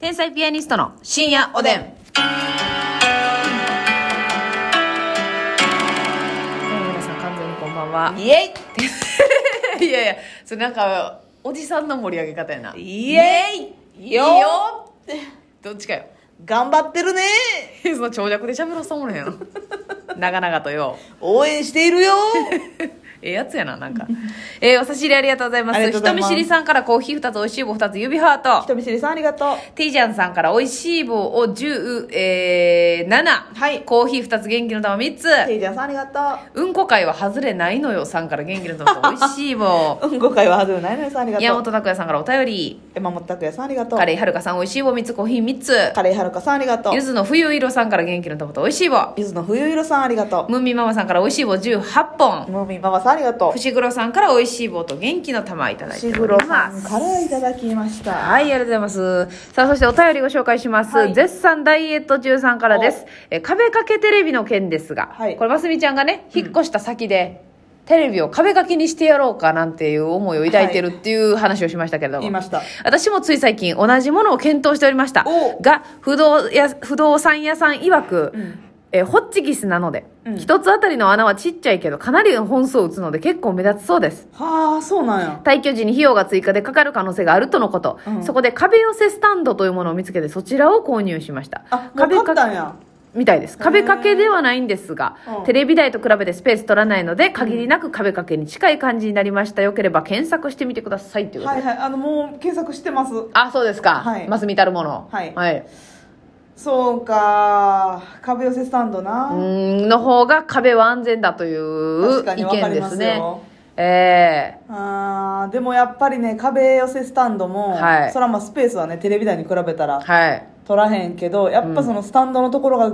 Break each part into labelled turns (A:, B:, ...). A: 天才ピアニストの深夜おでん。はい、皆さん完全にこんばんは。
B: イエ
A: いやいや、それなんか、おじさんの盛り上げ方やな。
B: イイエイ
A: いいよどっちかよ。
B: 頑張ってるね
A: その長尺で喋らせてもらえへんの。 長々とよ。
B: 応援しているよ
A: ええやつやな、なん か。えーお差し入れありがとうございま
B: あ
A: す。
B: りがとうござ
A: 人
B: いま
A: 見
B: す
A: 知りさんからコーヒー2つ、おいしい棒2つ、指ハート。
B: 人見知りさんありがとう
A: ティジャンさんからおいしい棒を10、えー、7。
B: はい
A: コーヒー2つ、元気の玉3つ。
B: テイジャンさんありがと
A: うんこ会は外れないのよさんから元気の玉おいしい 棒。
B: ううん5回は外れないのよさんありが
A: 山
B: とう
A: 本拓也さんからお便り。
B: 山本拓也さんありがとう
A: カレイはるかさんおいしい棒3つ、コーヒー3つ。
B: カレイはるかさんありがとう
A: ゆずの冬色さんから元気の玉とおいしい棒。
B: ゆずの冬色さんありがと
A: ムーミンママさんからおいしい棒18
B: う
A: 本。
B: ムーミンママさんありがとう
A: 伏黒さんからおいしい棒と元気の玉いただいて
B: 伏
A: お
B: 黒
A: り
B: さ
A: ま
B: ん
A: す。
B: からいただきました
A: はい、ありがとうございます。さあ、そしてお便りご紹介します。
B: はい
A: 絶賛ダイエット中さんからです。え、壁掛けテレビの件ですが、
B: はい
A: これ、ますみちゃんがね、引っ越した先で、テレビを壁掛けにしてやろうかなんていう思いを抱いてるっていう話をしましたけれども。
B: 言いました
A: 私もつい最近同じものを検討しておりました
B: お
A: が不動や不動産屋さん曰く、
B: ん
A: えーホッチキスなので
B: うん
A: 一、つあたりの穴はちっちゃいけどかなりの本数を打つので結構目立つそうです
B: はあそうなんや
A: 退去時に費用が追加でかかる可能性があるとのこと、
B: うん
A: そこで壁寄せスタンドというものを見つけてそちらを購入しました
B: あもう
A: 壁
B: 買っ
A: 掛
B: たんや
A: みたいです壁掛けではないんですが、
B: うん
A: テレビ台と比べてスペース取らないので限りなく壁掛けに近い感じになりましたよければ検索してみてくださいということ
B: は
A: で、
B: いはいあのもう検索してます
A: あそうですか、
B: はい
A: マスミたるもの
B: はい
A: はい、
B: そうか壁寄せスタンド
A: う
B: な
A: ーんの方が壁は安全だという
B: 確
A: 意
B: かにわか
A: 見
B: り
A: で
B: ますす
A: ね
B: よ
A: ええ
B: あーでもやっぱりね壁寄せスタンドも、
A: はい
B: そらまあスペースはねテレビ台に比べたら
A: はい
B: 取らへんけどやっぱそのスタンドのところが、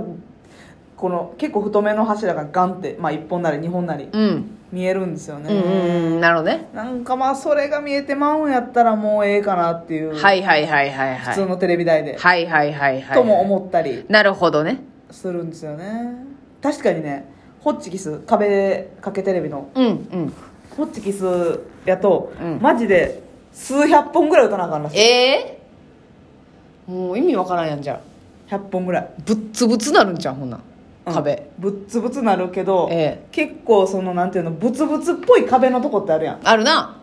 B: この結構太めの柱がガンって、まあ、1本なり2本なり
A: うん
B: 見えるんですよね、
A: うんうんうんなるほどね
B: なんかまあそれが見えてまうんやったらもうええかなっていう、
A: はいはいはいはいは
B: 普
A: い
B: 通のテレビ台で、
A: はいはいはいはい
B: とも思ったり
A: なるほどね
B: するんですよね確かにねホッチキス壁掛けテレビの
A: うんうん
B: ホッチキスやと、
A: うん
B: マジで数百本ぐらい打たなあかんらしい
A: ええもう意味わからんやんじゃん
B: 100本ぐらい
A: ぶっつぶつなるんじゃんほんなん
B: うん
A: 壁、
B: ぶっつぶつなるけど、
A: え
B: 結構そのなんていうのぶつぶつっぽい壁のとこってあるやん
A: あるな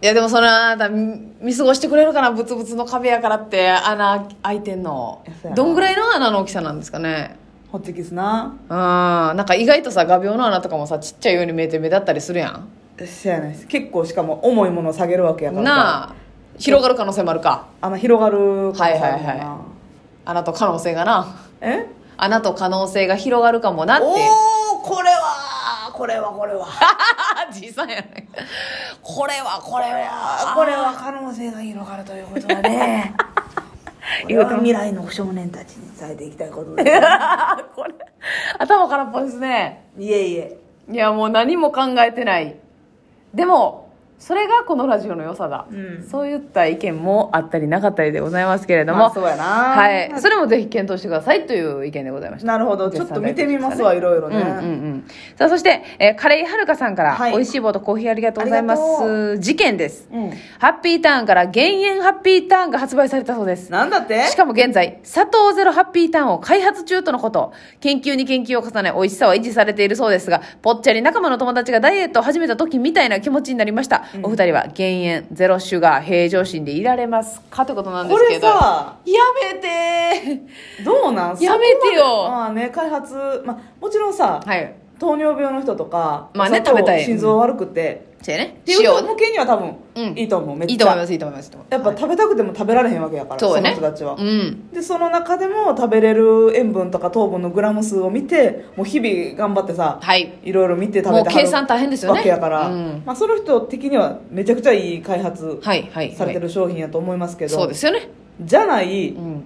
A: いやでもそれあなた見見過ごしてくれるかなブツブツの壁やからって穴開いてんの
B: いやそうやな
A: どんぐらいの穴の大きさなんですかね
B: ホッチキスな
A: うんなんか意外とさ画鋲の穴とかもさちっちゃいように見えて目立ったりするやん
B: せやねん結構しかも重いものを下げるわけやからあ
A: なあ広がる可能性もあるか
B: 穴広がる可能性あるもんな
A: はいはいは穴と可能性がな
B: え
A: 穴と可能性が広がるかもなって
B: おおこれはこれはこれは
A: じいさんやねこれはこれは
B: あこれは可能性が広がるということ だねこれは未来の少年たちに伝えていきたいこと です
A: これ頭空っぽですね
B: いえいえ
A: いやもう何も考えてないでもそれがこのラジオの良さだ、
B: うん
A: そういった意見もあったりなかったりでございますけれども、
B: まあそうやな
A: はい、それもぜひ検討してくださいという意見でございました
B: なるほどちょっと見てみますわいろいろね、
A: うんうんうん、さあそして、えーカレイはるかさんから、
B: はい
A: 美味しい棒とコーヒーありがとうございま
B: ありが
A: す事件です、
B: うん
A: ハッピーターンから減塩ハッピーターンが発売されたそうです
B: なんだって
A: しかも現在砂糖ゼロハッピーターンを開発中とのこと研究に研究を重ね美味しさは維持されているそうですがぽっちゃり仲間の友達がダイエットを始めた時みたいな気持ちになりました、お二人は減塩ゼロシュガー平常心でいられますかということなんで
B: こ
A: すけ
B: れ
A: ど
B: さ
A: やめて
B: どうなん
A: やめてよ
B: そこまでまあね開発、まあ、もちろんさ、
A: ー はい
B: 糖尿病の人とか、
A: まあね
B: お砂
A: 食
B: 糖
A: べたい
B: 心臓悪くて、
A: じゃあね
B: っていう人向けには多分、
A: うん
B: いいと思うめっちゃ
A: いいと思いますいいと思いますいいと思います
B: やっぱ食べたくても食べられへんわけやから
A: そうやね
B: の人たちは、
A: うん
B: でその中でも食べれる塩分とか糖分のグラム数を見てもう日々頑張ってさ、
A: はい
B: いろいろ見て食べてはる
A: もう計算大変ですよね
B: わけやから、
A: うん
B: まあ、その人的にはめちゃくちゃいい開発
A: はいはい
B: されてる商品やと思いますけど、
A: そうですよね
B: じゃない
A: うん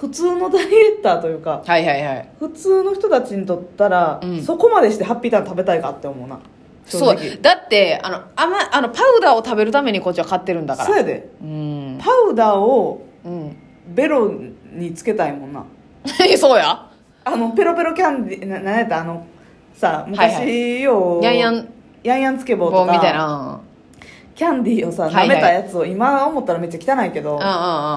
B: 普通のダイエッターというか
A: はいはいはい
B: 普通の人たちにとったら、
A: うん
B: そこまでしてハッピーターン食べたいかって思うな正
A: そう
B: 直
A: だってあの甘あのパウダーを食べるためにこっちは買ってるんだか
B: そう
A: ら
B: やで
A: うん
B: パウダーを
A: うん
B: ベロにつけたいもんない
A: や そうや
B: あのペロペロキャンディーななんやったあのさ
A: はいは
B: 昔よ、
A: やんやん
B: やんやんつけ棒と
A: 棒
B: か
A: みたいな
B: キャンディーをさ
A: はいは
B: 舐
A: い
B: めたやつを、今思ったらめっちゃ汚いけ
A: う
B: ど
A: んうんうん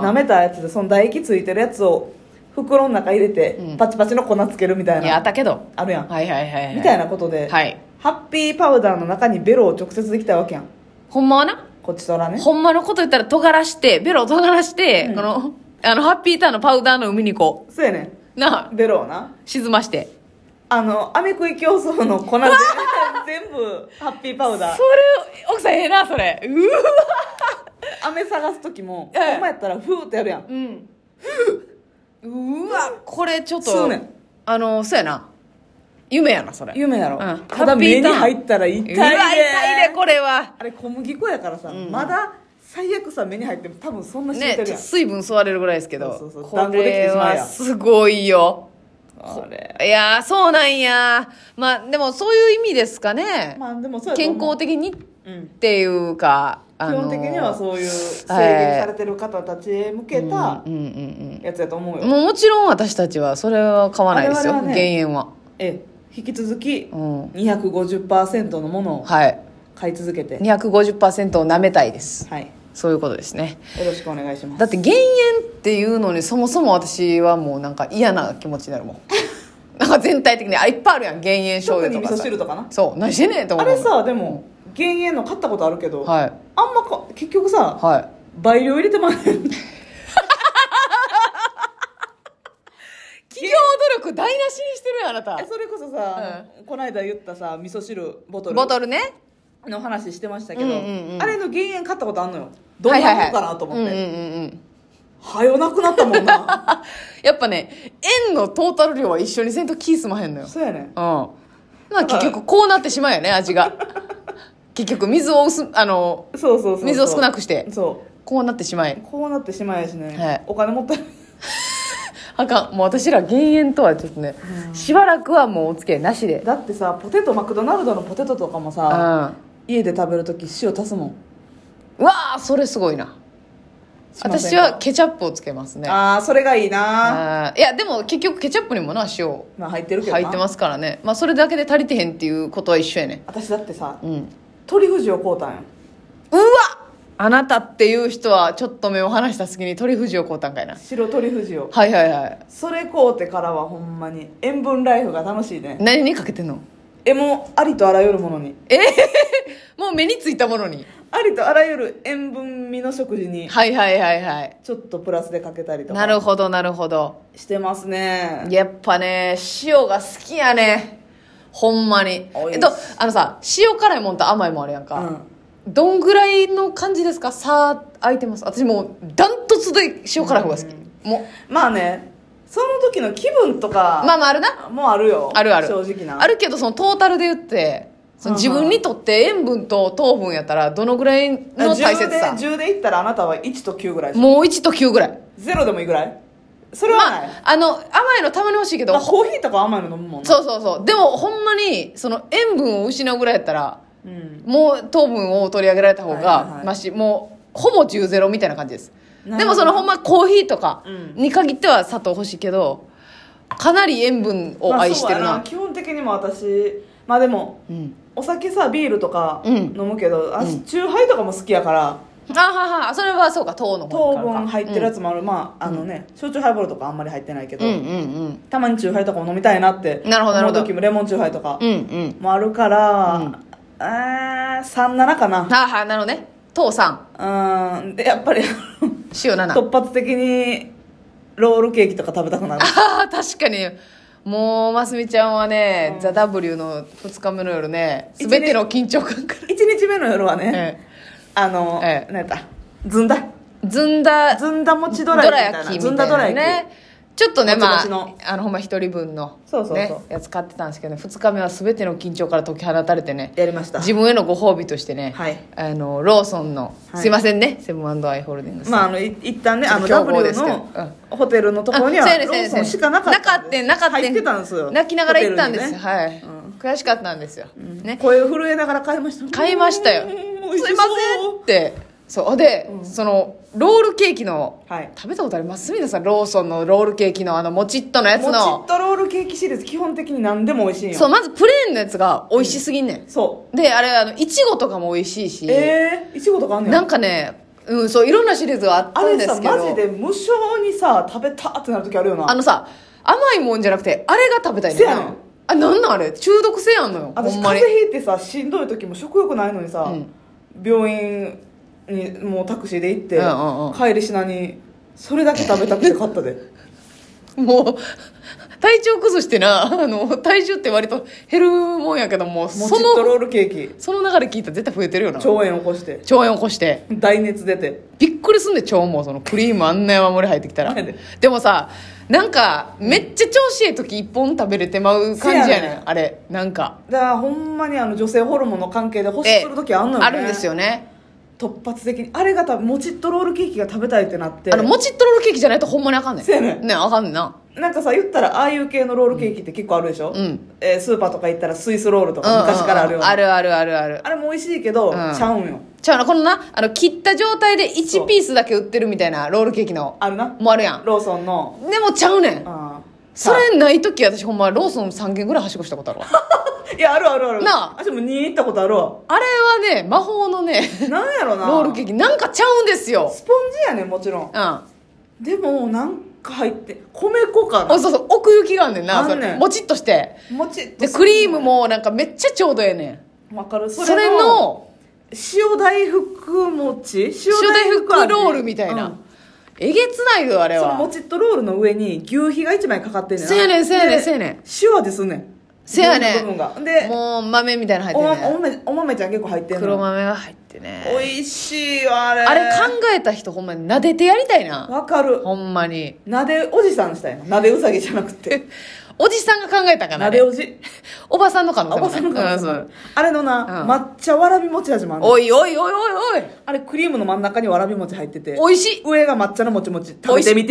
B: 舐めたやつでその唾液ついてるやつを袋の中入れて、
A: うん
B: パチパチの粉つけるみたい
A: やっ
B: な
A: たけど
B: あるやん、
A: はいはいはい、はい、
B: みたいなことで、
A: はい
B: ハッピーパウダーの中にベロを直接できたわけやん
A: ほんまはな
B: こっちとらね
A: ほんまのこと言ったら尖らしてベロを尖らして、
B: うん
A: このあのハッピーターンのパウダーの海にこ
B: そうやね
A: うなん
B: ベロをな
A: 沈まして
B: あのアメ食い競争の粉で全部ハッピーパウダー
A: それ奥さんええなそれうわ
B: アメ探す時も、
A: ええ
B: ほんまやったらフーってやるやん
A: うんうわこれちょっ
B: そう
A: と
B: ねん
A: あのそうやな夢やなそれ
B: 夢や
A: う
B: ろ、
A: ん
B: ただ
A: ハッピ
B: 目
A: ー
B: に
A: ターン
B: 入ったら痛いで
A: うわ痛いでこれは
B: あれ小麦粉やからさ、
A: うん
B: まだ最悪さ目に入っても多分そんな染み
A: ね
B: てる
A: ちょ
B: や
A: っ
B: ん、
A: と水分吸われるぐらいですけど
B: そうそうそう
A: こ
B: 団子できて
A: れ
B: しまうやん
A: はすごいよ
B: あれ
A: いやーそうなんやまあでもそういう意味ですかね、
B: まあでもそうやと
A: 健
B: 思う
A: 康的にっ
B: うん
A: ていうか、あ
B: 基
A: の
B: 本的にはそういう制限されてる方たちへ向けた
A: うんうん
B: やつやと思う
A: う
B: よ、
A: んもうもちろん私たちはそれは買わないですよ
B: 我々はね
A: 減塩は
B: ええ引き続き
A: うん
B: 250%のものを
A: はい
B: 買い続けて、
A: 250%を舐めたいです
B: はい
A: そういうことですね
B: よろしくお願いします
A: だって減塩っていうのにそもそも私はもうなんか嫌な気持ちにな るもんなんか全体的にあいっぱいあるやん減塩醤
B: 特
A: 油
B: に
A: と
B: 味
A: かさ
B: 噌汁とかな
A: そう何してんねんと思
B: あ
A: うもん
B: れさでも減塩の買ったことあるけど、
A: はい
B: あんまか結局さ、
A: はい
B: 倍量入れてまんねん
A: 企業努力台無しにしてるよあなた
B: え それこそさ、こないだ言ったさ味噌汁ボトル
A: ボトルね
B: の話してましたけど、
A: うんうんうん
B: あれの減塩買ったことあんのよどんなもんかなと思って、
A: はいはいはいうんうんうんうん
B: はよなくなったも んな
A: やっぱね円のトータル量は一緒にせんと気すまへんのよ
B: そうやねん
A: うんなんか結局こうなってしまうよね味 が結局水を薄あの
B: そうそうそうそう
A: 水を少なくして
B: そ
A: こうなってしまいう
B: こうなってしまいやしね、
A: はい
B: お金もったいない
A: あかんもう私ら減塩とはちょっとねしばらくはもうお付き合いなしで
B: だってさポテトマクドナルドのポテトとか
A: う
B: も
A: んう
B: さ
A: わ
B: 家で食べるとき塩足すもん
A: あそれすごいな
B: しません
A: 私
B: か
A: はケチャップをつけますね
B: ああそれがいいな
A: あーいやでも結局ケチャップにもな塩
B: まあ入ってるけどな
A: 入ってますからねまあそれだけで足りてへんっていうことは一緒やね
B: 私だってさ
A: うん
B: 鳥富士を買うたんよ
A: うわあなたっていう人はちょっと目を離した隙に鳥富士を買うたんかいな
B: 白鳥富士を
A: はいはいはい
B: それ買うてからはほんまに塩分ライフが楽しいね
A: 何にかけてんの
B: えもうありとあらゆるものに
A: え もう目についたものに
B: ありとあらゆる塩分味の食事に
A: はいはいはいはい
B: ちょっとプラスでかけたりと
A: な
B: か
A: るほどなるほど
B: してますね
A: やっぱね塩が好きやねほんまに
B: おい
A: えっとあのさ塩辛いもんと甘いもんあるやん
B: う
A: か、
B: ん
A: どんぐらいの感じですかさあ空いてます私もうダントツで塩辛い方が好き、もう
B: まあねその時の気分とか、
A: まあまああるな
B: もうあるよ
A: あるある
B: 正直な
A: あるけどそのトータルで言ってその
B: はん
A: 自
B: はん
A: 分にとって塩分と糖分やったらどのぐらいの大切さ
B: 10で ,10 でいったらあなたは1と9ぐらいでしょ
A: もう1と9ぐらい
B: 0でもいいぐらいそれ
A: ま
B: はない、
A: ああの甘いのたまに欲しいけど
B: まあコーヒーとか甘いの飲むもんな
A: そうそうそうでもほんまにその塩分を失うぐらいやったら
B: うん、
A: もう糖分を取り上げられた方
B: はいはいは
A: が
B: い
A: マシもうほぼ10ゼロみたいな感じです
B: な
A: で
B: る
A: も
B: ほ
A: そ
B: ど
A: のほんまコーヒーとか
B: うん
A: に限っては砂糖欲しいけどかなり塩分を愛してるな,、
B: まあそうや基本的にも私まあでも
A: うん
B: お酒さビールとか
A: うん
B: 飲むけど、私チューハイとかも好きやから、
A: あははそれはそうか糖の方
B: 糖
A: からか
B: 分入ってるやつもある、まああのね焼酎ハイボールとかあんまり入ってないけど、
A: うんうんうん
B: たまにチューハイとかも飲みたいなって
A: なるほどなるほど
B: 思う時もレモンチューハイとか
A: うんうん
B: もあるから、あー37かな
A: はあはあなるほどね糖三
B: うんでやっ ぱり
A: 塩七
B: 突発的にロールケーキとか食べたくな る
A: ああ確かにもうますみちゃんはね「
B: うん
A: ザ・ w の2日目の夜ね
B: 一
A: 全
B: 日
A: ての緊張感か
B: 1日目の夜は
A: ら、
B: ね、
A: え
B: あの、
A: ええ
B: 何やったずんだ
A: えずんだ
B: ずんだ餅ド
A: ド
B: ラ
A: ラ
B: 焼きみた
A: 焼き
B: いな
A: み
B: ず
A: た
B: んだ
A: い
B: ドラ
A: な
B: 焼き、
A: ねちょっとね
B: もちも
A: まあ
B: ちの
A: あのほんま一人分の、ね、
B: そうそうそう
A: やつ買ってたんですけどね2日目は全ての緊張から解き放たれてね
B: やりました
A: 自分へのご褒美としてね、
B: はい
A: あのローソンの、
B: はい
A: すいませんねセブンアイ・ホールディングスさん
B: まああのい一旦ねあの
A: ちょっと競合
B: W
A: ですけど
B: のホテルのところに
A: あ
B: は
A: そうやね
B: ロー
A: そう
B: ソ
A: や
B: ン
A: ね
B: しかなかった
A: なかっ
B: ん
A: て
B: で
A: んなかったん
B: 入ってたんですよ
A: 泣きながら行ったんです、
B: ホテルにね
A: はい、悔しかったんですよ、ね
B: 声震えながら買いました
A: 買いましたよ
B: う
A: す
B: ーん
A: い
B: 美
A: ま
B: 味し
A: せ
B: そうん
A: ってそうで、そのロールケーキの、
B: はい
A: 食べたことあります皆さんローソンのロールケーキのあのもちっとのやつ
B: もちっ
A: の
B: とロールケーキシリーズ基本的に何でも美味しいんよ
A: そうまずプレーンのやつが美味しすぎんねん、
B: そ
A: であれあのいちごとかも美味しいし、
B: うえー、いちごとかあんねん
A: なんかねうんそういろんなシリーズがあっ
B: あ
A: たん
B: れ
A: で
B: さ
A: すけど
B: マジで無性にさ食べたってなる時あるよな
A: あのさ甘いもんじゃなくてあれが食べたい
B: せやん
A: あなんなんあれ中毒性あんのよほ
B: 私
A: んま
B: 風
A: に
B: 邪ひいてさしんどい時も食欲ないのにさ、
A: うん
B: 病院にもうタクシーで行って、
A: うんうんうん
B: 帰りしなにそれだけ食べたくて 買ったで
A: もう 体調崩してなあの体重って割と減るもんやけども
B: も
A: そ
B: ちっと
A: の
B: ロールケーキ
A: その流れ聞いたら絶対増えてるよな
B: 腸
A: 腸
B: 炎起こして
A: 炎起こして
B: 大熱出て
A: びっくりすんで腸もそのクリームあんな山盛り入ってきたら
B: なんで
A: でもさなんかめっちゃ調子ええ時一本食べれてまう感じやね
B: せやね
A: んあれなんか
B: だからほんまにあの女性ホルモンの関係で欲
A: え
B: しする時あんのよね
A: あるんですよね
B: 突発的にあれがたもちっとロールケーキが食べたいってなって
A: あのもちっとロールケーキじゃないとほんまにあかんねん
B: せやねん
A: ねあかんねんな
B: なんかさ言ったらああいう系のロールケーキって結構あるでしょ、
A: うん
B: えースーパーとか行ったらスイスロールとか昔からあるような
A: あるあるあるある
B: あれも美味しいけど、
A: ん
B: ちゃうんよ
A: ちゃうなこのなあの切った状態で
B: そ
A: 1
B: う
A: ピースだけ売ってるみたいなロールケーキの
B: あるな
A: もあるやん
B: ローソンの
A: でもちゃうねん
B: あ
A: それない時私ほんまローソン3軒ぐらいはしごしたことあるわ
B: いやあるあるある
A: なあ
B: 私も2行ったことあるわ
A: あれはね魔法のね
B: なんやろな
A: ロールケーキなんかちゃうんですよ
B: スポンジやねんもちろん
A: うんあ
B: でもなんか入って米粉か
A: そう
B: な
A: そう奥行きがあんねんな
B: あんねん
A: それもちっとして
B: もちっと
A: でクリームもなんかめっちゃちょうどええねん
B: わかるそ
A: そ
B: れ
A: れ
B: の
A: の
B: 塩大福餅塩
A: 塩大福
B: 味
A: ロールみたいな、
B: うん
A: えげつないよあれ
B: その
A: は
B: もちっとロールの上に牛皮が一枚かかってんねんな
A: せやねんせやねん
B: で
A: せやねん
B: 塩味すんねん
A: せや
B: 牛
A: ね
B: 皮
A: ん
B: の部分がで
A: もう豆みたいなの
B: お
A: 入っ
B: ま
A: てるね
B: お豆お豆ちゃん結構入ってんの
A: 黒豆が入ってね
B: 美味しいわあれ
A: あれ考えた人ほんまに撫でてやりたいな
B: わかる
A: ほんまに
B: なでおじさんしたいななでうさぎじゃなくて
A: おじさんが考えたかな
B: な
A: あ
B: で
A: れ
B: おじ
A: おばさんの可能
B: あ
A: 性
B: おば
A: も
B: さんの可能性も
A: う
B: ある
A: んそう
B: あれのな、
A: うん
B: 抹茶わらび餅味もあるの
A: おいおいおいおい
B: あれクリームの真ん中にわらび餅入ってて
A: おいおいしい
B: 上が抹茶のもちもち食べてみて